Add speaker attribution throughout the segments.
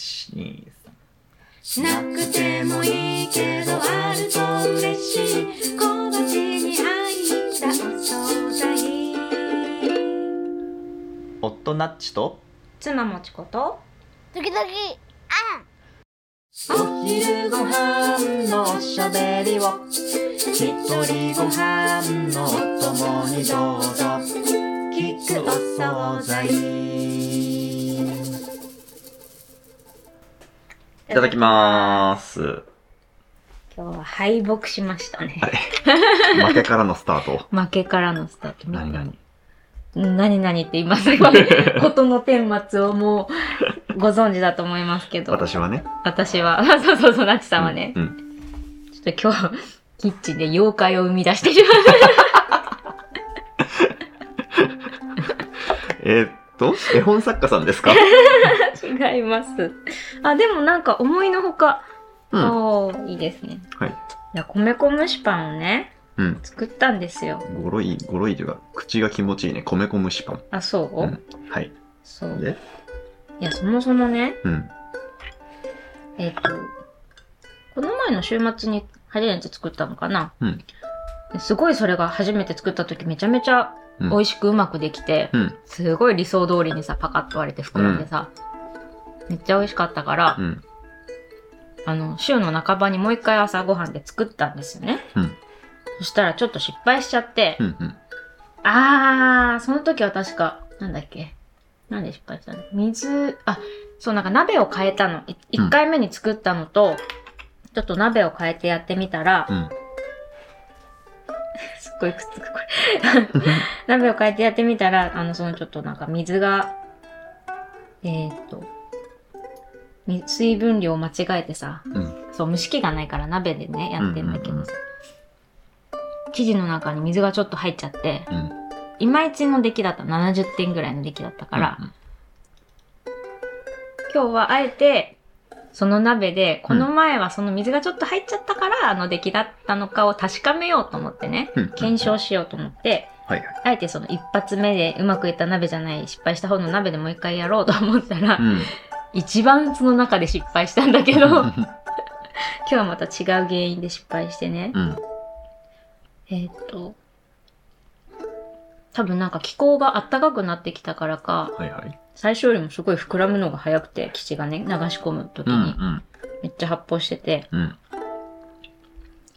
Speaker 1: 123
Speaker 2: しなくてもいいけどあると嬉しい小鉢に入ったお惣菜
Speaker 1: 夫ナッチと
Speaker 2: 妻もちこと
Speaker 3: 時々あん
Speaker 2: お昼ご飯のおしゃべりを一人ご飯のお供にどうぞ聞くお惣菜
Speaker 1: いただきます
Speaker 2: 今日は敗北しましたね、
Speaker 1: はい負けからのスタート
Speaker 2: 負けからのスタート
Speaker 1: 何何
Speaker 2: 何々って言いますが、 ことの顛末をもうご存知だと思いますけど。
Speaker 1: 私はね
Speaker 2: 私は。 そうそうそう、なちさんはね。
Speaker 1: うんうん
Speaker 2: ちょっと今日、キッチンで妖怪を生み出してしま
Speaker 1: えーっと絵本作家さんですか
Speaker 2: う。違います。あ、でもなんか思いのほか、
Speaker 1: うん
Speaker 2: おーいいですね。
Speaker 1: はい。
Speaker 2: や、米粉蒸しパンをね、
Speaker 1: うん
Speaker 2: 作ったんですよ。
Speaker 1: ゴロいゴロいというか口が気持ちいいね米粉蒸しパン
Speaker 2: あ、そう、
Speaker 1: うんはい
Speaker 2: そう。
Speaker 1: で
Speaker 2: いや、そもそもね、
Speaker 1: うん
Speaker 2: えっ、と、この前の週末に初めて作ったのかな、
Speaker 1: うん
Speaker 2: すごいそれが初めて作った時めちゃめちゃ
Speaker 1: うん
Speaker 2: 美味しくうまくできて、
Speaker 1: うん
Speaker 2: すごい理想通りにさ、パカッと割れて膨らんでさ、めっちゃ美味しかったから、
Speaker 1: うん
Speaker 2: あの、週の半ばにもう一回朝ご飯で作ったんですよね。
Speaker 1: うん
Speaker 2: そしたらちょっと失敗しちゃって、
Speaker 1: うんうん
Speaker 2: あー、その時は確か、なんだっけ。なんで失敗したの水、あ、そう、なんか鍋を変えたの。い
Speaker 1: うん
Speaker 2: 1回目に作ったのと、ちょっと鍋を変えてやってみたら、
Speaker 1: うん
Speaker 2: すっごいくっつく、これ。 鍋を変えてやってみたら、あの、そのちょっとなんか水が、えー、っと、み水分量を間違えてさ、
Speaker 1: うん
Speaker 2: そう、蒸し器がないから鍋でね、やってんだけ
Speaker 1: うんうん
Speaker 2: どさ、生地の中に水がちょっと入っちゃって、
Speaker 1: うん
Speaker 2: いまいちの出来だった70点ぐらいの出来だったから、
Speaker 1: うん
Speaker 2: 今日はあえてその鍋でこの前はその水がちょっと入っちゃったからあの出来だったのかを確かめようと思ってね
Speaker 1: うんうん
Speaker 2: 検証しようと思って
Speaker 1: はいはい
Speaker 2: あえてその一発目でうまくいった鍋じゃない失敗した方の鍋でもう一回やろうと思ったら、
Speaker 1: うん
Speaker 2: 一番その中で失敗したんだけど今
Speaker 1: う
Speaker 2: 日はまた違う原因で失敗してね、
Speaker 1: ん
Speaker 2: えーっと多分なんか気候が暖かくなってきたからか
Speaker 1: はいはい
Speaker 2: 最初よりもすごい膨らむのが早くて、基地がね、流し込む時
Speaker 1: うんう
Speaker 2: に
Speaker 1: ん
Speaker 2: めっちゃ発泡してて、
Speaker 1: うん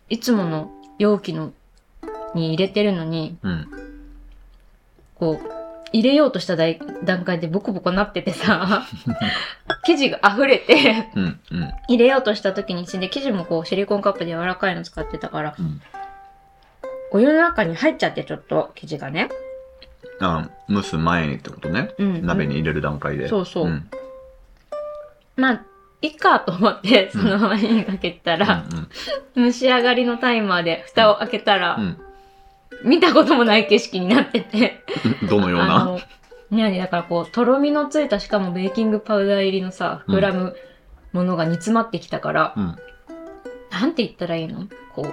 Speaker 2: いつもの容器のに入れてるのに、
Speaker 1: うん
Speaker 2: こう、入れようとしただい段階でボコボコなって てさ、生地が溢れて、
Speaker 1: うんうん
Speaker 2: 入れようとした時に、で生地もこうシリコンカップで柔らかいの使ってたから、
Speaker 1: うん
Speaker 2: お湯の中に入っちゃってちょっと生地がね。
Speaker 1: あ蒸す前にってことね
Speaker 2: うん、
Speaker 1: 鍋に入れる段階で
Speaker 2: そうそう
Speaker 1: うん
Speaker 2: まあ、いっかと思って、そのまま火にかけた
Speaker 1: うん
Speaker 2: ら、蒸し上がりのタイマーで蓋を開けたら、
Speaker 1: うん
Speaker 2: 見たこともない景色になってて。
Speaker 1: うんどのよう
Speaker 2: あ
Speaker 1: な
Speaker 2: の、にゃにだからこう、とろみのついた、しかもベーキングパウダー入りのさ、
Speaker 1: うん
Speaker 2: 膨らむものが煮詰まってきたから、
Speaker 1: うん
Speaker 2: なんて言ったらいいのこう、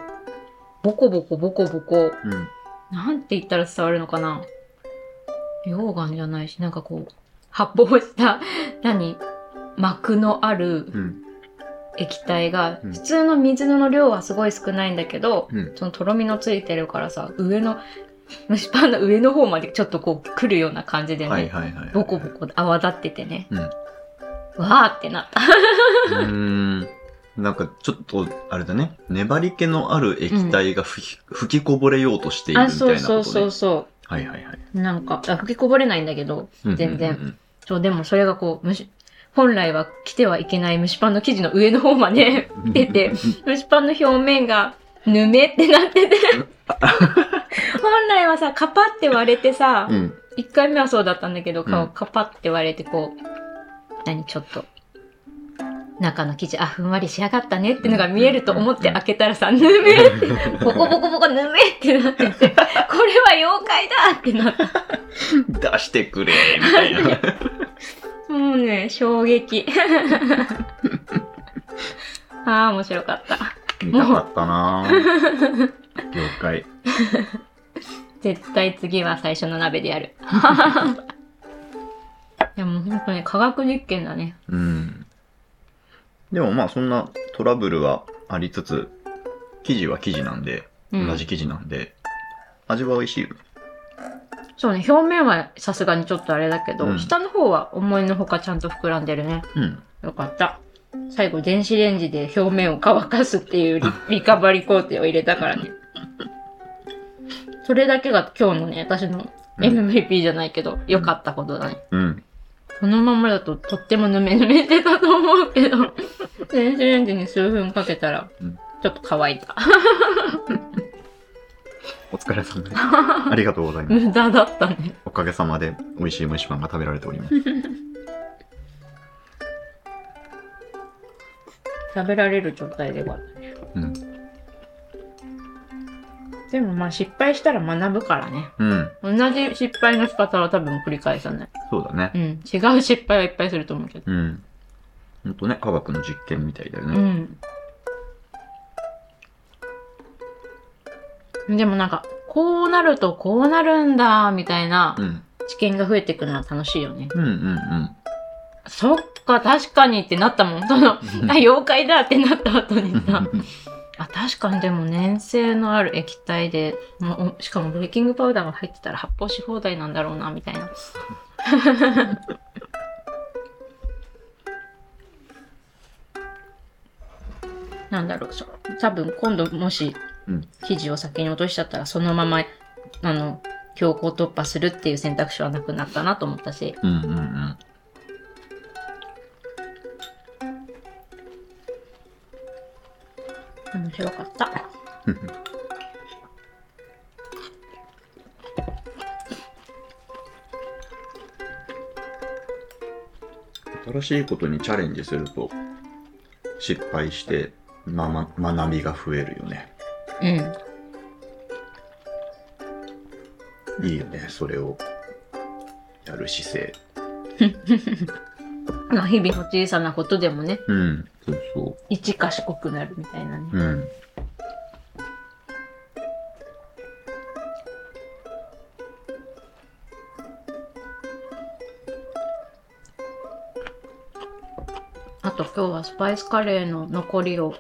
Speaker 2: ボコボコボコボコ、
Speaker 1: うん
Speaker 2: なんて言ったら伝わるのかな溶岩じゃないし、なんかこう、発泡した、 何膜のある
Speaker 1: うん
Speaker 2: 液体が、
Speaker 1: うん
Speaker 2: 普通の水の量はすごい少ないんだけど、
Speaker 1: うん
Speaker 2: そのとろみのついてるからさ上の蒸しパンの上の方までちょっとこう来るような感じでね、
Speaker 1: はいはいはいはい
Speaker 2: ボコボコ泡立っててね、
Speaker 1: うん
Speaker 2: わーってなった
Speaker 1: うーんなんかちょっとあれだね粘り気のある液体が吹き,、吹きこぼれようとしているみ
Speaker 2: あ
Speaker 1: たい
Speaker 2: そう
Speaker 1: なこと
Speaker 2: そう
Speaker 1: ね
Speaker 2: そうそ
Speaker 1: はいはいはいう
Speaker 2: なんかあ吹きこぼれないんだけど
Speaker 1: うんうんうん
Speaker 2: 全然そうでもそれがこう蒸し本来は来てはいけない蒸しパンの生地の上の方 まで出て蒸しパンの表面がぬめってなっ てて本来はさカパって割れてさ、
Speaker 1: うん
Speaker 2: 一回目はそうだったんだけど、
Speaker 1: う
Speaker 2: 顔
Speaker 1: ん
Speaker 2: カパって割れてこう、何ちょっと、中の生地、あ、ふんわり仕上がったねってのが見えると思って開けたらさ、ぬめ って、ボコボコボコぬめってなってて、これは妖怪だってなった。
Speaker 1: 出してくれみたいな
Speaker 2: もうね、衝撃。 ああ、面白かった。
Speaker 1: 見たかったなぁ了解
Speaker 2: 絶対次は最初の鍋でや る。いやもう本当に科学実験だね。
Speaker 1: うんでもまあそんなトラブルはありつつ、生地は生地なんで、
Speaker 2: うん
Speaker 1: 同じ生地なんで、味は美味しいよね。
Speaker 2: そうね、表面はさすがにちょっとあれだけど、
Speaker 1: うん
Speaker 2: 下の方は思いのほかちゃんと膨らんでるね。
Speaker 1: うん。
Speaker 2: よかった。最後、電子レンジで表面を乾かすっていうリ リカバリー工程を入れたからね。それだけが今日のね、私の
Speaker 1: うん
Speaker 2: MVP じゃないけど、良かったことだね。
Speaker 1: うん。
Speaker 2: このままだととってもヌメヌメしてたと思うけ ど、電子レンジに数分かけたら
Speaker 1: うん、
Speaker 2: ちょっと乾いた。
Speaker 1: お疲れ様です。 ありがとうございます。
Speaker 2: 無駄だったね。
Speaker 1: おかげさまで美味しい蒸しパンが食べられております。
Speaker 2: 食べられる状態でよかったね。
Speaker 1: うん。
Speaker 2: でもまあ失敗したら学ぶからね。
Speaker 1: うん。
Speaker 2: 同じ失敗の仕方は多分繰り返さない。
Speaker 1: そうだね
Speaker 2: う。ん。違う失敗はいっぱいすると思うけど。
Speaker 1: うん。ほんとね、科学の実験みたいだよ
Speaker 2: う
Speaker 1: ね。
Speaker 2: ん。でもなんか、こうなるとこうなるんだ、みたいな
Speaker 1: うん。
Speaker 2: 知見が増えてくるのは楽しいよね。
Speaker 1: うんうん
Speaker 2: そっか、確かにってなったもん。その、
Speaker 1: うん
Speaker 2: あ、妖怪だってなった後に
Speaker 1: うん。
Speaker 2: さ、あ、確かにでも粘性のある液体で、もうおしかもベーキングパウダーが入ってたら発泡し放題なんだろうな、みたいな。 なんだろう、そう多分今度もし
Speaker 1: うん
Speaker 2: 生地を先に落としちゃったら、そのまま、あの、強行突破するっていう選択肢はなくなったなと思ったし、
Speaker 1: うんうんうん。
Speaker 2: 面白かった。
Speaker 1: 新しいことにチャレンジすると、失敗して、ま、ま、学びが増えるよね。
Speaker 2: うん。
Speaker 1: いいよね、それを。やる姿勢。
Speaker 2: まあ日々の小さなことでもね、
Speaker 1: うん。そうそ
Speaker 2: 一賢くなるみたいなね。
Speaker 1: う。うん。
Speaker 2: あと今日はスパイスカレーの残りを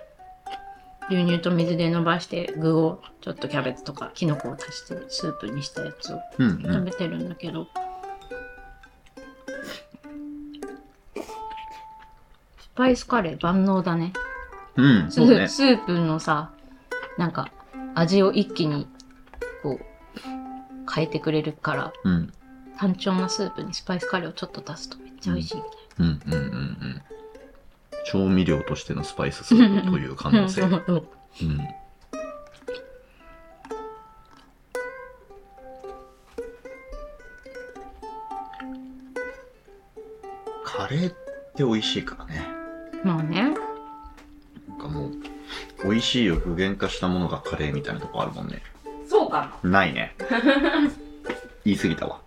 Speaker 2: 牛乳と水で伸ばして具をちょっとキャベツとかキノコを足してスープにしたやつを
Speaker 1: うんう
Speaker 2: 食
Speaker 1: ん。
Speaker 2: べてるんだけど、スパイスカレー万能だね
Speaker 1: うん、
Speaker 2: ス
Speaker 1: そうね。
Speaker 2: スープのさなんか味を一気にこう変えてくれるから
Speaker 1: うん。
Speaker 2: 単調なスープにスパイスカレーをちょっと足すとめっちゃ美味しいみたいな。
Speaker 1: うんうんうんうん。調味料としてのスパイススープという可能性。うん。カレーって美味しいからね。
Speaker 2: まあね。
Speaker 1: なんかもう、美味しいを具現化したものがカレーみたいなとこあるもんね。
Speaker 2: そうかな。
Speaker 1: ないね。 言い過ぎたわ。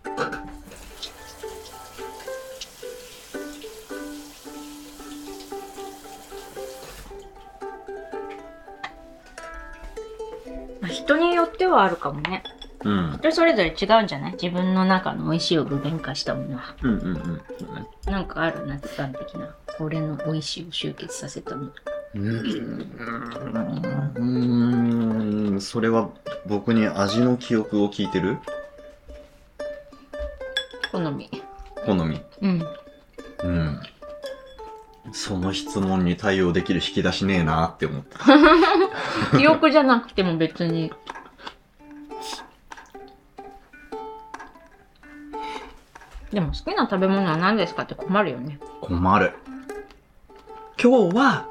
Speaker 2: まあ、人によってはあるかもね。
Speaker 1: うん。
Speaker 2: 人それぞれ違うんじゃない自分の中の美味しいを具現化したものは。
Speaker 1: うんうんうん。そうね。
Speaker 2: なんかあるな、一般的な。俺の美味しいを集結させたもの。
Speaker 1: うーん、それは僕に味の記憶を聞いてる
Speaker 2: 好み。
Speaker 1: 好み。
Speaker 2: うん。
Speaker 1: うん。その質問に対応できる引き出しねえなって思った。
Speaker 2: 記憶じゃなくても別に。でも好きな食べ物は何ですかって困るよね。
Speaker 1: 困る。今日は、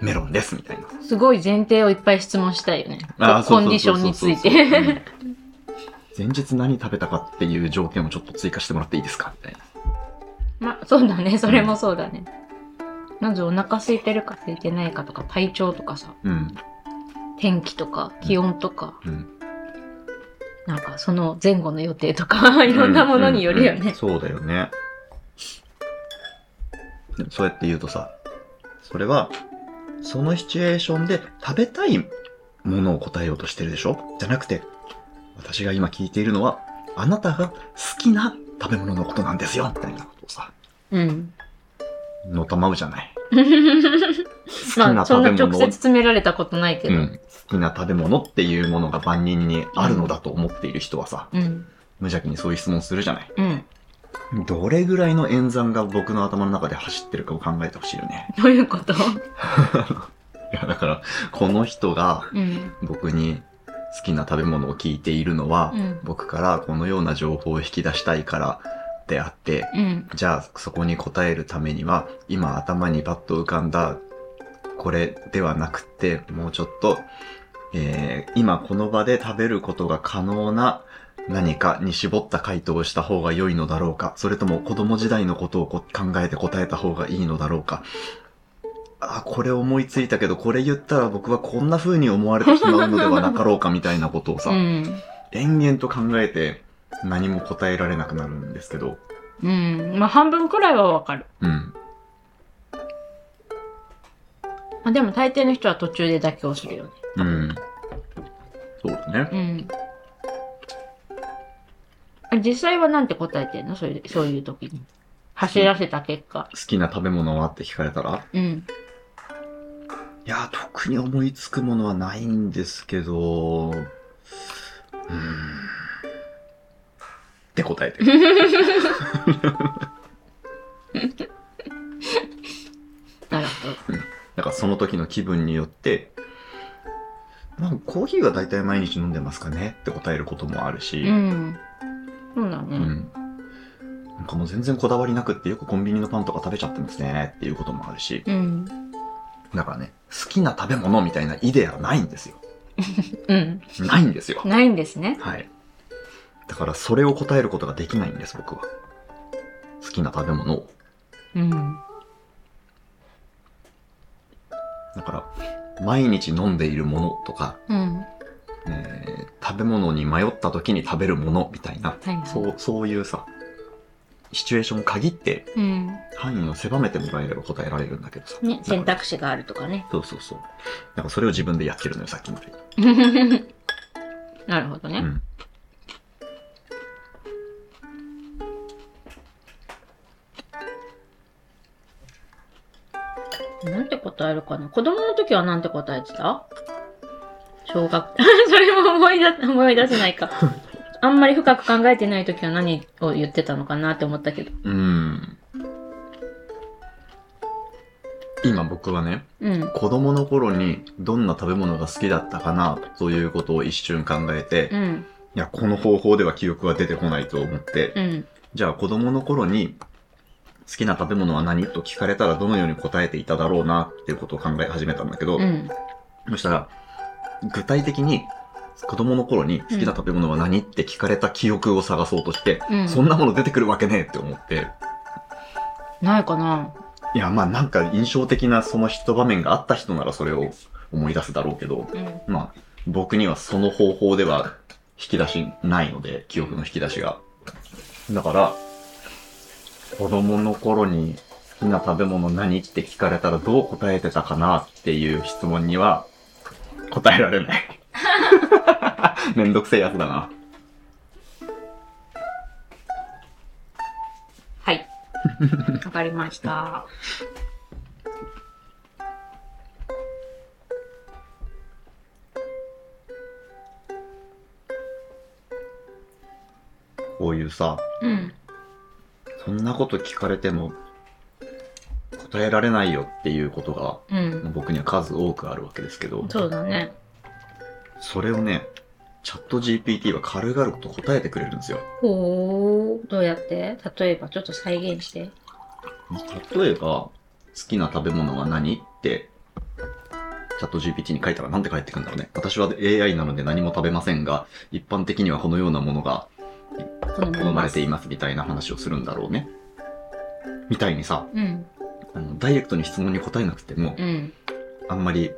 Speaker 1: メロンです、みたいな。
Speaker 2: すごい前提をいっぱい質問したいよね。
Speaker 1: あー
Speaker 2: コ
Speaker 1: そう
Speaker 2: ン
Speaker 1: そ
Speaker 2: ディ
Speaker 1: う
Speaker 2: シ
Speaker 1: そ
Speaker 2: ョ
Speaker 1: う
Speaker 2: ン
Speaker 1: そ
Speaker 2: に
Speaker 1: う
Speaker 2: つ
Speaker 1: そう
Speaker 2: いて。
Speaker 1: 前日何食べたかっていう条件をちょっと追加してもらっていいですかみたいな。
Speaker 2: まあ、そうだね。それもそうだね。まずお腹空いてるか空いてないかとか、体調とかさ、
Speaker 1: うん。
Speaker 2: 天気とか、気温とか、
Speaker 1: うん。
Speaker 2: なんかその前後の予定とか、いろんなものによるよ
Speaker 1: うんうんうん
Speaker 2: ね。
Speaker 1: そうだよね。でもそうやって言うとさ、それは、そのシチュエーションで食べたいものを答えようとしてるでしょじゃなくて、私が今聞いているのは、あなたが好きな食べ物のことなんですよみたいなことをさ、
Speaker 2: うん。
Speaker 1: のたまうじゃない。 好き
Speaker 2: ま
Speaker 1: な
Speaker 2: あ、そ
Speaker 1: 食
Speaker 2: ん
Speaker 1: べ物
Speaker 2: な直接
Speaker 1: を
Speaker 2: 詰められたことないけ
Speaker 1: う
Speaker 2: ど。
Speaker 1: ん、好きな食べ物っていうものが万人にあるのだと思っている人はさ、
Speaker 2: うん。
Speaker 1: 無邪気にそういう質問するじゃない。
Speaker 2: うん。
Speaker 1: どれぐらいの演算が僕の頭の中で走ってるかを考えてほしいよね。
Speaker 2: どういうこと
Speaker 1: いや、だから、この人が
Speaker 2: うん。
Speaker 1: 僕に好きな食べ物を聞いているのは、
Speaker 2: うん
Speaker 1: 僕からこのような情報を引き出したいからであって、
Speaker 2: うん。
Speaker 1: じゃあそこに答えるためには、今頭にパッと浮かんだこれではなくて、もうちょっと、えー今この場で食べることが可能な何かに絞った回答をした方が良いのだろうか、それとも子供時代のことをこ考えて答えた方がいいのだろうか。あ、これ思いついたけど、これ言ったら僕はこんな風に思われてしまうのではなか ろうかみたいなことをさ、
Speaker 2: うん。
Speaker 1: 延々と考えて何も答えられなくなるんですけど、
Speaker 2: うん。まあ、半分くらいはわかる。
Speaker 1: うん。
Speaker 2: まあ、でも大抵の人は途中で妥協するよね。
Speaker 1: うん。そうだね。
Speaker 2: うん。あ実際はなんて答えてんのそういう、そういう時に。走らせた結果。
Speaker 1: 好きな食べ物はって聞かれたら
Speaker 2: うん。
Speaker 1: いや、特に思いつくものはないんですけど、うーん。って答えて る。
Speaker 2: なる
Speaker 1: なんかその時の気分によって、なんかコーヒーは大体毎日飲んでますかねって答えることもあるし、
Speaker 2: ほど。うん。そうだね。
Speaker 1: うんなんかもう全然こだわりなくってよくコンビニのパンとか食べちゃってますねっていうこともあるし、
Speaker 2: うん。
Speaker 1: だからね、好きな食べ物みたいなイデアはないんですよ。
Speaker 2: うん。
Speaker 1: ないんですよ。
Speaker 2: ないんですね。
Speaker 1: はい。だからそれを答えることができないんです、僕は。好きな食べ物を。
Speaker 2: うん。
Speaker 1: だから、毎日飲んでいるものとか、
Speaker 2: うん。は
Speaker 1: えー食べ物に迷った時に食べるものみたいな、
Speaker 2: いはい。
Speaker 1: そう、そういうさ、シチュエーションを限って
Speaker 2: うん。
Speaker 1: 範囲を狭めてもらえれば答えられるんだけどさ。
Speaker 2: ね、選択肢があるとかね。
Speaker 1: そうそうそう。なんかそれを自分でやってるのよ、さっきまで。
Speaker 2: なるほ
Speaker 1: う
Speaker 2: どね。
Speaker 1: ん。
Speaker 2: なんて答えるかな子供の時はなんて答えてた小学、 それも思い出、思い出せないか。あんまり深く考えてない時は何を言ってたのかなって思ったけど。
Speaker 1: うん。今僕はね、
Speaker 2: うん。
Speaker 1: 子供の頃にどんな食べ物が好きだったかなということを一瞬考えて、
Speaker 2: う
Speaker 1: い
Speaker 2: ん。
Speaker 1: や、この方法では記憶は出てこないと思って、
Speaker 2: うん。
Speaker 1: じゃあ子供の頃に好きな食べ物は何と聞かれたらどのように答えていただろうなっていうことを考え始めたんだけど、
Speaker 2: うん。
Speaker 1: そしたら、具体的に子供の頃に好きな食べ物は何って聞かれた記憶を探そうとして、
Speaker 2: うん
Speaker 1: そんなもの出てくるわけねえって思って、
Speaker 2: ないかない
Speaker 1: や、まあなんか印象的なその一場面があった人ならそれを思い出すだろうけど、
Speaker 2: うん。
Speaker 1: まあ、僕にはその方法では引き出しないので、記憶の引き出しが。だから、子供の頃に好きな食べ物何って聞かれたらどう答えてたかなっていう質問には答えられない。 めんどくせえやつだな。
Speaker 2: はい。わかりました。
Speaker 1: こういうさ、
Speaker 2: うん。
Speaker 1: そんなこと聞かれても答えられないよっていうことが
Speaker 2: うん。
Speaker 1: 僕には数多くあるわけですけど、
Speaker 2: そうだね。
Speaker 1: それをね、チャット GPT は軽々と答えてくれるんですよ。
Speaker 2: ほう。どうやって例えば、ちょっと再現して。
Speaker 1: 例えば、好きな食べ物は何って、チャット GPT に書いたらなんて返ってくるんだろうね。私は AI なので何も食べませんが、一般的にはこのようなものが
Speaker 2: 好ま
Speaker 1: 好まれていますみたいな話をするんだろうね。みたいにさ、
Speaker 2: うん。
Speaker 1: あのダイレクトに質問に答えなくても、
Speaker 2: うん。
Speaker 1: あんまり、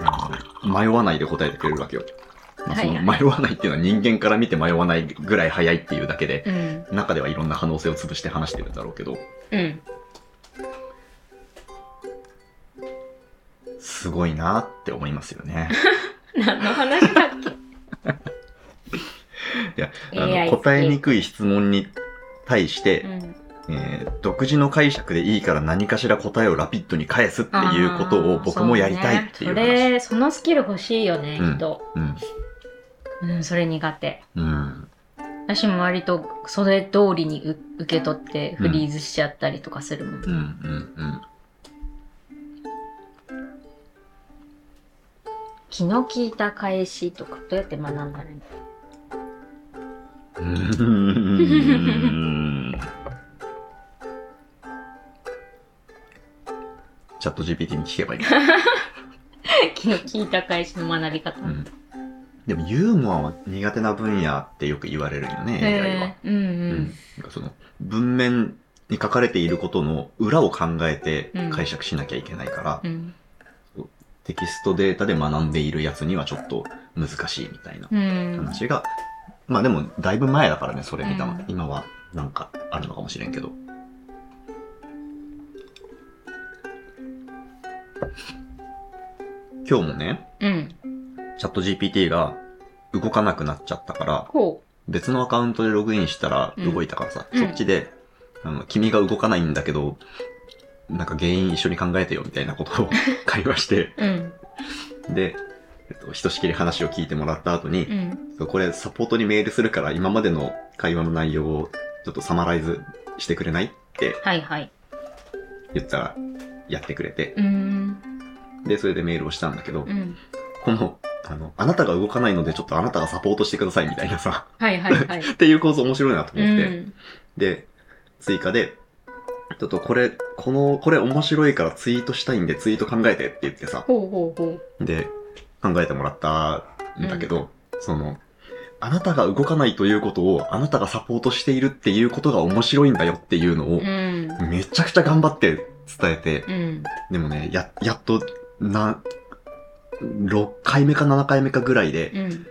Speaker 1: あの迷わないで答えてくれるわけよ。まあ、その
Speaker 2: はいは
Speaker 1: 迷わないっていうのは人間から見て迷わないぐらい早いっていうだけで、
Speaker 2: うん。
Speaker 1: 中ではいろんな可能性を潰して話してるんだろうけど、
Speaker 2: うん。
Speaker 1: すごいなって思いますよね。
Speaker 2: 何の話だっ
Speaker 1: いや、
Speaker 2: け
Speaker 1: あ
Speaker 2: AI
Speaker 1: の答えにくい質問に対して、
Speaker 2: うん。
Speaker 1: えー独自の解釈でいいから何かしら答えをラピッドに返すって
Speaker 2: あー
Speaker 1: いうことを僕もやりたいっていう話。
Speaker 2: そねそれそのスキル欲しいよね
Speaker 1: うん
Speaker 2: 人
Speaker 1: うん。
Speaker 2: うん、それ苦手
Speaker 1: うん。
Speaker 2: 私も割とそれ通りにう受け取ってフリーズしちゃったりとかするも
Speaker 1: うん。
Speaker 2: ん、
Speaker 1: うん。うん。
Speaker 2: 気の利いた返しとかどうやって学んだらいい
Speaker 1: う
Speaker 2: の
Speaker 1: ーんチャット GPT に聞けばいい。
Speaker 2: 気の利いた返しの学び方、
Speaker 1: うんでもユーモアは苦手な分野ってよく言われるよね、AI は。
Speaker 2: えーうん
Speaker 1: う
Speaker 2: うんん、
Speaker 1: なんかその文面に書かれていることの裏を考えて
Speaker 2: うん
Speaker 1: 解釈しなきゃいけないから、
Speaker 2: うん
Speaker 1: テキストデータで学んでいるやつにはちょっと難しいみたいな
Speaker 2: うん
Speaker 1: 話が、まあでもだいぶ前だからねそれ見たの、
Speaker 2: うん
Speaker 1: 今はなんかあるのかもしれんけど今日もね
Speaker 2: うん
Speaker 1: チャット GPT が動かなくなっちゃったから、
Speaker 2: こ
Speaker 1: 別のアカウントでログインしたら動いたからさ、
Speaker 2: う
Speaker 1: そ
Speaker 2: ん
Speaker 1: っちで、あの、君が動かないんだけど、なんか原因一緒に考えてよみたいなこと を会話して、
Speaker 2: ううん
Speaker 1: で、えっと、ひとしきり話を聞いてもらった後
Speaker 2: う
Speaker 1: に、
Speaker 2: ん
Speaker 1: これサポートにメールするから今までの会話の内容をちょっとサマライズしてくれないって
Speaker 2: はいはい
Speaker 1: 言ったらやってくれて、
Speaker 2: うん
Speaker 1: で、それでメールをしたんだけど
Speaker 2: う、ん
Speaker 1: この、あの、あなたが動かないのでちょっとあなたがサポートしてくださいみたいなさ、
Speaker 2: はいはいはい
Speaker 1: っていう構造面白いなと
Speaker 2: う
Speaker 1: 思って、
Speaker 2: ん
Speaker 1: で、追加で、ちょっとこれ、この、これ面白いからツイートしたいんでツイート考えてって言ってさ、
Speaker 2: ほうほうほう
Speaker 1: で、考えてもらったんだけど、その、あなたが動かないということを、あなたがサポートしているっていうことが面白いんだよっていうのを
Speaker 2: う、ん
Speaker 1: めちゃくちゃ頑張って伝えて、
Speaker 2: うん
Speaker 1: でもね、や、やっと、な、6回目か7回目かぐらいで、
Speaker 2: うん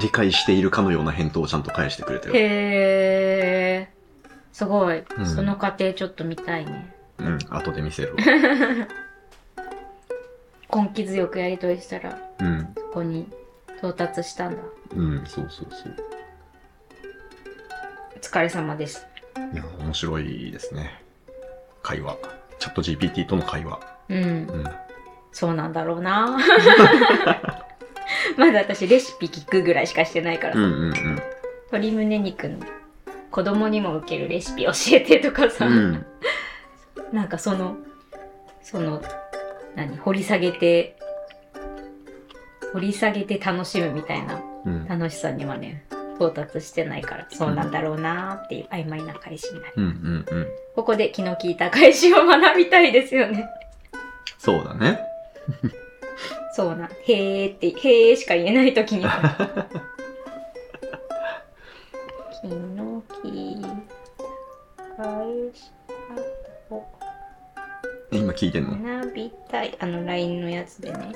Speaker 1: 理解しているかのような返答をちゃんと返してくれたよ。
Speaker 2: へえすごい、
Speaker 1: うん
Speaker 2: その過程ちょっと見たいね
Speaker 1: うん、後で見せるわ。
Speaker 2: 根気強くやり取りしたら
Speaker 1: うん、
Speaker 2: そこに到達したんだ
Speaker 1: うん、そうそうそう。
Speaker 2: お疲れ様です
Speaker 1: いや、面白いですね。会話。チャット GPT との会話。
Speaker 2: うん
Speaker 1: うん。
Speaker 2: そうなんだろうな まだ私レシピ聞くぐらいしかしてないから、
Speaker 1: うんうんうん。
Speaker 2: 鶏胸肉の子供にも受けるレシピ教えてとかさ、
Speaker 1: うん。
Speaker 2: なんかそのその何掘り下げて掘り下げて楽しむみたいな
Speaker 1: うん。
Speaker 2: 楽しさにはね到達してないからそうなんだろうなーっていう曖昧な返しになる
Speaker 1: うんうんうん。
Speaker 2: ここで気の利いた返しを学びたいですよね
Speaker 1: そうだね。
Speaker 2: そうなんへーってへーしか言えない時に気の利いた返し方を
Speaker 1: 今聞いてんの
Speaker 2: 学びたいあの LINE のやつでね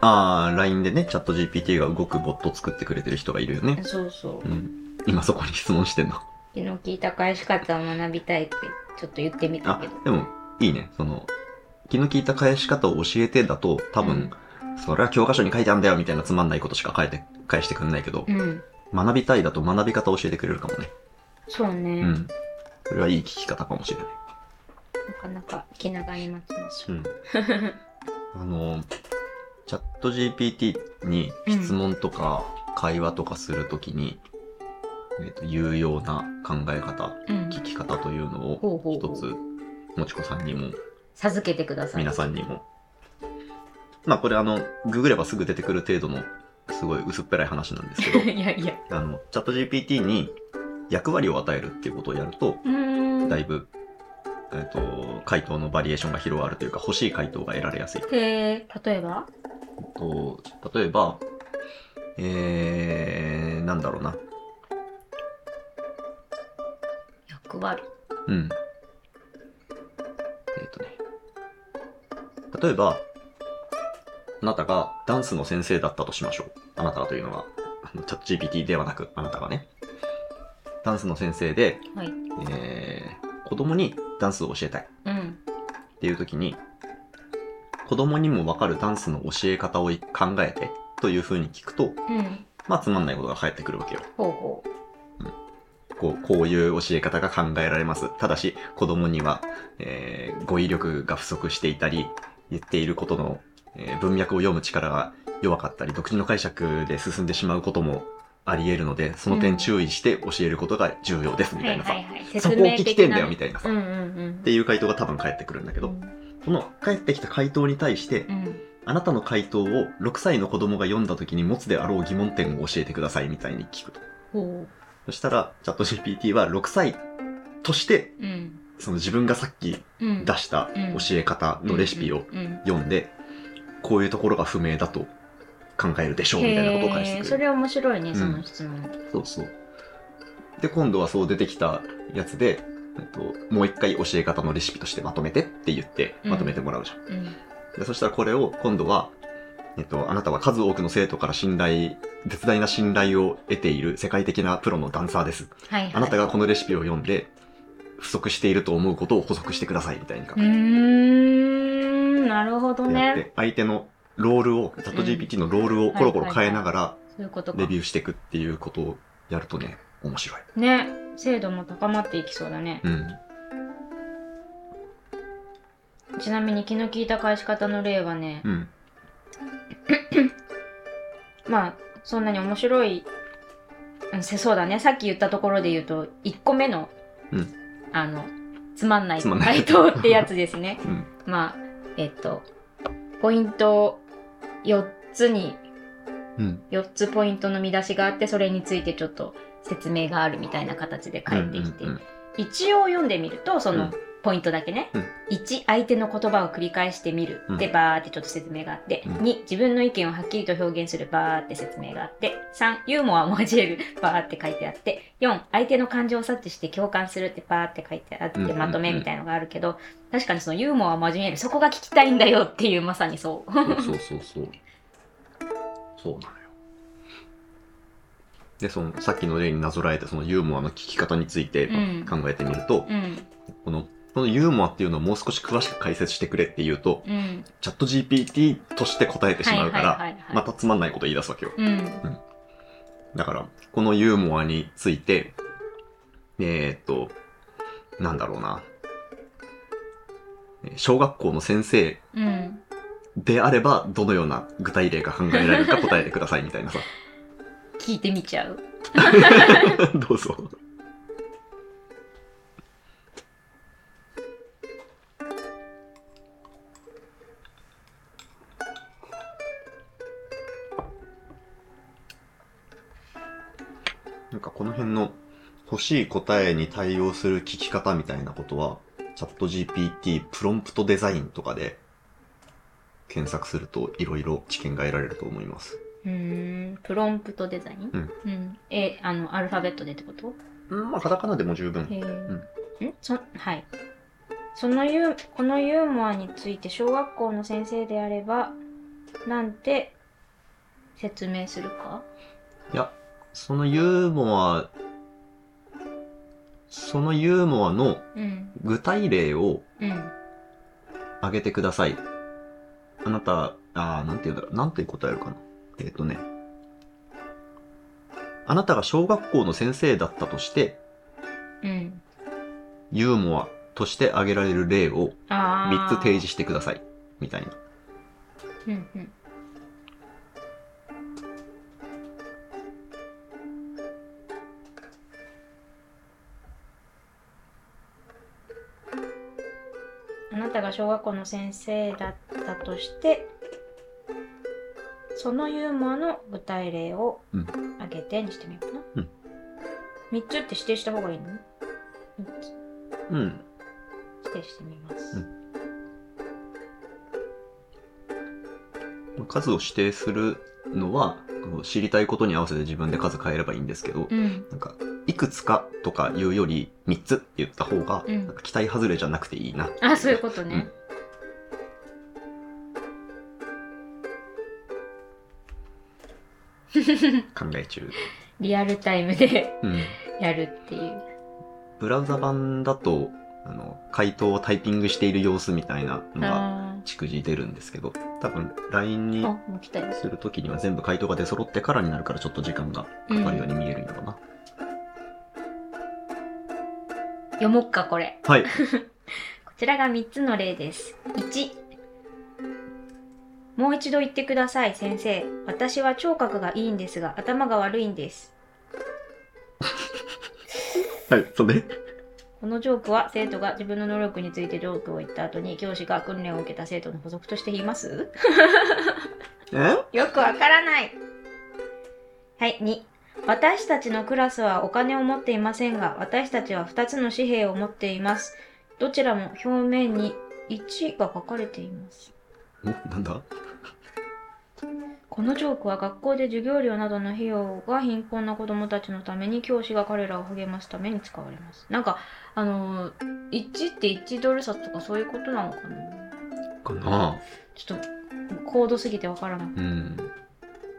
Speaker 1: あー、LINE でね、チャット GPT が動くボット作ってくれてる人がいるよね。
Speaker 2: そうそう
Speaker 1: うん。今そこに質問してんの。
Speaker 2: 気の利いた返し方を学びたいってちょっと言ってみた
Speaker 1: あ
Speaker 2: けど、
Speaker 1: でも、いいね。その、気の利いた返し方を教えてだと、多分、それは教科書に書いてあんだよみたいなつまんないことしか書いて、返してくんないけど、
Speaker 2: うん
Speaker 1: 学びたいだと学び方を教えてくれるかもね。
Speaker 2: そうね、
Speaker 1: うん。それはいい聞き方かもしれない。
Speaker 2: なかなか気長に待ちましょ
Speaker 1: う
Speaker 2: う
Speaker 1: ん、あのチャット GPT に質問とか会話とかするときに、えっと有用な考え方
Speaker 2: うん
Speaker 1: 聞き方というのを
Speaker 2: ほうほう
Speaker 1: 一
Speaker 2: ほう
Speaker 1: つもちこさんにも
Speaker 2: 授けてください
Speaker 1: 皆さんにもまあこれあのググればすぐ出てくる程度のすごい薄っぺらい話なん ですけど
Speaker 2: いやいや
Speaker 1: あのチャット GPT に役割を与えるっていうことをやると
Speaker 2: うーん
Speaker 1: だいぶ、えっと回答のバリエーションが広がるというか欲しい回答が得られやすい
Speaker 2: へー例えば
Speaker 1: と、例えば、えー、なんだろうな。
Speaker 2: 役割
Speaker 1: うん。えっ、とね。例えば、あなたがダンスの先生だったとしましょう。あなたがというのは、あのチャット GPT ではなく、あなたがね。ダンスの先生で、
Speaker 2: はい
Speaker 1: えー、子供にダンスを教えたい
Speaker 2: うん
Speaker 1: っていう時に、子供にもわかるダンスの教え方を考えてという風に聞くと、
Speaker 2: うん
Speaker 1: まあつまんないことが返ってくるわけよ。
Speaker 2: ほうほ
Speaker 1: こう、こういう教え方が考えられます。ただし、子供には、えー語彙力が不足していたり、言っていることの、えー文脈を読む力が弱かったり、独自の解釈で進んでしまうこともあり得るので、その点注意して教えることが重要です、みたいなさ。
Speaker 2: はい。
Speaker 1: そこを聞きてんだよ、み
Speaker 2: た
Speaker 1: たいなさ。
Speaker 2: う
Speaker 1: っ
Speaker 2: んうんうん。
Speaker 1: ていう回答が多分返ってくるんだけど、この返ってきた回答に対して
Speaker 2: う、ん。
Speaker 1: あなたの回答を6歳の子供が読んだ時に持つであろう疑問点を教えてくださいみたいに聞くと。
Speaker 2: ほ
Speaker 1: そしたら、チャット GPT は6歳として、
Speaker 2: う。うん。
Speaker 1: その自分がさっき
Speaker 2: うん。
Speaker 1: 出した
Speaker 2: うん
Speaker 1: 教え方のレシピを
Speaker 2: うんうんうん
Speaker 1: 読んで、こういうところが不明だと考えるでしょうみたいなことを返し
Speaker 2: へ
Speaker 1: て
Speaker 2: ー
Speaker 1: く
Speaker 2: そ
Speaker 1: れる。
Speaker 2: れ面白いね、
Speaker 1: ん
Speaker 2: その質問。
Speaker 1: そうそう。で、今度はそう出てきたやつで、えっと、もう一回教え方のレシピとしてまとめてって言って、まとめてもらうじゃん。
Speaker 2: うん。
Speaker 1: でそしたらこれを今度は、えっと、あなたは数多くの生徒から信頼、絶大な信頼を得ている世界的なプロのダンサーです。
Speaker 2: はいはい。
Speaker 1: あなたがこのレシピを読んで、不足していると思うことを補足してくださいみたいに書
Speaker 2: う
Speaker 1: く
Speaker 2: ーん、なるほど
Speaker 1: でやっ
Speaker 2: ね。
Speaker 1: て、相手のロールを、チャット GPT のロールをコロコロ変えながら
Speaker 2: そういうこと
Speaker 1: レ
Speaker 2: か。
Speaker 1: ビューしていくっていうことをやるとね、面白い。
Speaker 2: ね、精度も高まっていきそうだね。
Speaker 1: うん。
Speaker 2: ちなみに気の利いた返し方の例はね
Speaker 1: う、ん。
Speaker 2: まあ、そんなに面白い、うんせそうだね。さっき言ったところで言うと、1個目の
Speaker 1: うん、
Speaker 2: あの、つまんない
Speaker 1: つまんない
Speaker 2: 回答ってやつですね。
Speaker 1: うん。
Speaker 2: まあ、えっと、ポイントを4つに
Speaker 1: うん。
Speaker 2: 4つポイントの見出しがあってそれについてちょっと説明があるみたいな形で返ってきて、
Speaker 1: うんうんうん
Speaker 2: 一応読んでみるとその、
Speaker 1: うん
Speaker 2: ポイントだけね、
Speaker 1: うん
Speaker 2: 1相手の言葉を繰り返してみるで
Speaker 1: うん
Speaker 2: バーってちょっと説明があって、
Speaker 1: うん
Speaker 2: 2自分の意見をはっきりと表現するバーって説明があって3ユーモアを交える バーって書いてあって4相手の感情を察知して共感するってバーって書いてあって
Speaker 1: うんうんうん
Speaker 2: まとめみたいのがあるけど、確かにそのユーモアを交えるそこが聞きたいんだよっていうまさにそ う
Speaker 1: そうそうそうそう。そうなのよ。で、その、さっきの例になぞらえて、そのユーモアの聞き方について
Speaker 2: うん
Speaker 1: 考えてみると、
Speaker 2: うん
Speaker 1: この、このユーモアっていうのをもう少し詳しく解説してくれって言うと、
Speaker 2: うん
Speaker 1: チャット GPT として答えて しまうから、
Speaker 2: はいはいはいはい
Speaker 1: またつまんないこと言い出すわけよ。
Speaker 2: うん
Speaker 1: だから、このユーモアについて、えー、っと、なんだろうな。えー小学校の先生
Speaker 2: うん
Speaker 1: であれば、どのような具体例が考えられるか答えてくださいみたいなさ。
Speaker 2: 聞いてみちゃう
Speaker 1: どうぞ。なんかこの辺の欲しい答えに対応する聞き方みたいなことは、チャット GPT プロンプトデザインとかで検索するといろいろ知見が得られると思います。
Speaker 2: うーんプロンプトデザイン、
Speaker 1: うん
Speaker 2: えあのアルファベットでってこと
Speaker 1: うん、まあカタカナでも十分。
Speaker 2: へえ、んそはいそのユーこのユーモアについて小学校の先生であればなんて説明するか
Speaker 1: いや、そのユーモア、そのユーモアの
Speaker 2: うん
Speaker 1: 具体例を
Speaker 2: うん
Speaker 1: 挙げてください。あなた、ああ、なんて言うんだろう。なんて答えるかな。えっ、とね。あなたが小学校の先生だったとして、
Speaker 2: うん
Speaker 1: ユーモアとして挙げられる例を
Speaker 2: あ
Speaker 1: 3つ
Speaker 2: あ
Speaker 1: 提示してください。みたいな。
Speaker 2: うんうんあなたが小学校の先生だったとしてそのユーモアの具体例を
Speaker 1: うん
Speaker 2: 挙げてにしてみようかな、
Speaker 1: うん
Speaker 2: 3つって指定した方がいいの3つ
Speaker 1: うん。
Speaker 2: 指定してみます、
Speaker 1: うん数を指定するのは、こう知りたいことに合わせて自分で数変えればいいんですけど、
Speaker 2: うん
Speaker 1: なんか、いくつかとか言うより、3つって言った方が、
Speaker 2: うん
Speaker 1: なんか期待外れじゃなくていいな。
Speaker 2: あそういうことね、
Speaker 1: 考え中。
Speaker 2: リアルタイムで
Speaker 1: うん。
Speaker 2: やるっていう
Speaker 1: ブラウザ版だと、あの、回答をタイピングしている様子みたいなのが、
Speaker 2: あ
Speaker 1: 逐次出るんですけど、多分、LINE
Speaker 2: ー
Speaker 1: に
Speaker 2: あもう来たよ
Speaker 1: するときには全部回答が出揃ってからになるから、ちょっと時間がかかるように見えるのかな。
Speaker 2: 読もうか、これ。
Speaker 1: はい。
Speaker 2: こちらが3つの例です。1もう一度言ってください先生私は聴覚がいいんですが頭が悪いんです
Speaker 1: はい。それで
Speaker 2: このジョークは生徒が自分の能力についてジョークを言った後に教師が訓練を受けた生徒の補足として言います
Speaker 1: え
Speaker 2: よくわからないはい2私たちのクラスはお金を持っていませんが私たちは2つの紙幣を持っていますどちらも表面に1が書かれています
Speaker 1: お、なんだ
Speaker 2: このジョークは学校で授業料などの費用が貧困な子どもたちのために教師が彼らを励ますために使われますなんかあのー1って1ドル札とかそういうことなのかな
Speaker 1: かな
Speaker 2: ちょっと高度すぎてわからなくて、
Speaker 1: うん。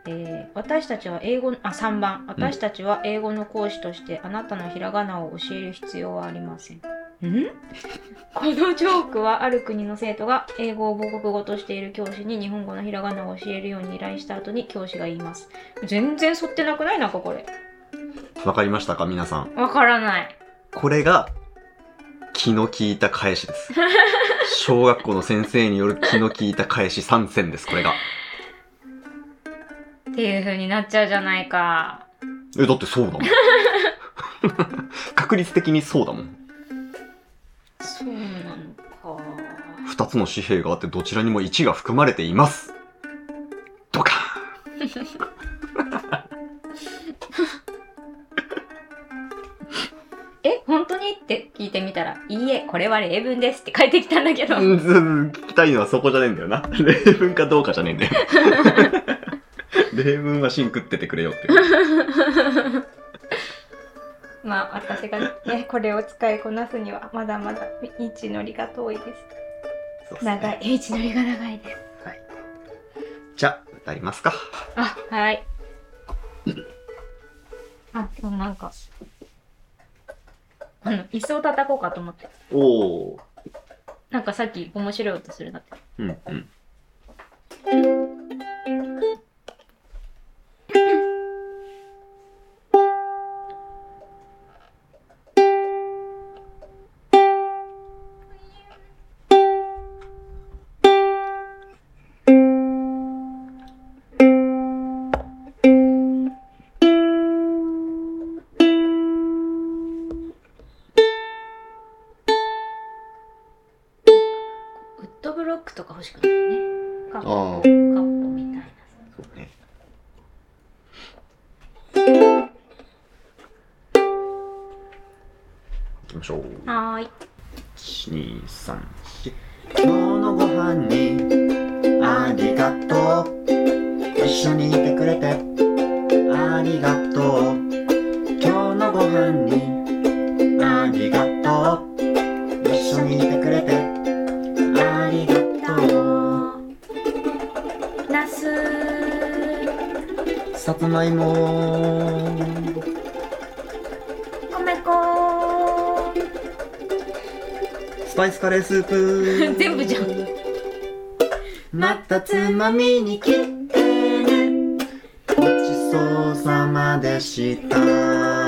Speaker 2: えー私たちは英語のあ3番私たちは英語の講師としてあなたのひらがなを教える必要はありませんん このジョークはある国の生徒が英語を母国語としている教師に日本語のひらがなを教えるように依頼した後に教師が言います全然沿ってなくないなんかこれ
Speaker 1: わかりましたか皆さん。
Speaker 2: わからない
Speaker 1: これが気の利いた返し です。小学校の先生による気の利いた返し3選です、これが。
Speaker 2: っていう風になっちゃうじゃないか
Speaker 1: え、だってそうだもん。 確率的にそうだもん。
Speaker 2: そうなのか
Speaker 1: 2つの紙幣があってどちらにも1が含まれています。ドカ
Speaker 2: え本当にって聞いてみたら「いいえこれは例文です」って返ってきたんだけど
Speaker 1: ーンうんず聞きたいのはそこじゃねえんだよな。例文かどうかじゃねえん だよ。例文は芯食っててくれよって。
Speaker 2: まあ私がねこれを使いこなすにはまだまだ道のりが遠いです。
Speaker 1: そうっすね
Speaker 2: 長い道のりが長いです。
Speaker 1: じゃあ、歌いますか。
Speaker 2: あはい。 あでもなんかあの椅子を叩こうかと思って
Speaker 1: おー。
Speaker 2: なんかさっき面白い音するなって。
Speaker 1: うんうん。
Speaker 2: ウッドブロックとか欲しくないね。カッ
Speaker 1: あ
Speaker 2: プ
Speaker 1: ー。
Speaker 2: カップみたいな。
Speaker 1: そうね。行きましょう。
Speaker 2: はーい。
Speaker 1: 一二三四。今日のご飯にありがとう。一緒にいてくれてありがとう。今日のご飯にありがとう。一緒にいてくれてありがとう。
Speaker 2: ナス
Speaker 1: さつまいも
Speaker 2: 米粉
Speaker 1: スパイスカレースープ
Speaker 2: 全部じゃん
Speaker 1: またつまみに来てねごちそうさまでした